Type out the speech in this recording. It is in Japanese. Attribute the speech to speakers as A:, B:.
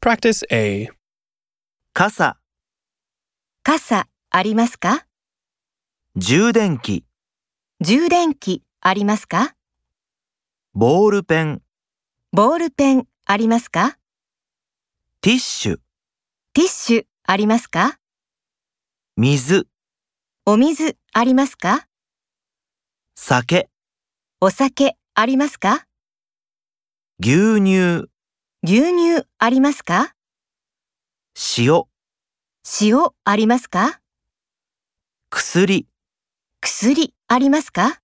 A: Practice A.
B: 傘、
C: 傘ありますか
B: 充電器、
C: 充電器ありますか
B: ボールペン、
C: ボールペンありますか
B: ティッシュ、
C: ティッシュありますか
B: 水、
C: お水ありますか
B: 酒、
C: お酒ありますか
B: 牛乳、
C: 牛乳ありますか
B: 塩、
C: 塩ありますか
B: 薬。
C: 薬ありますか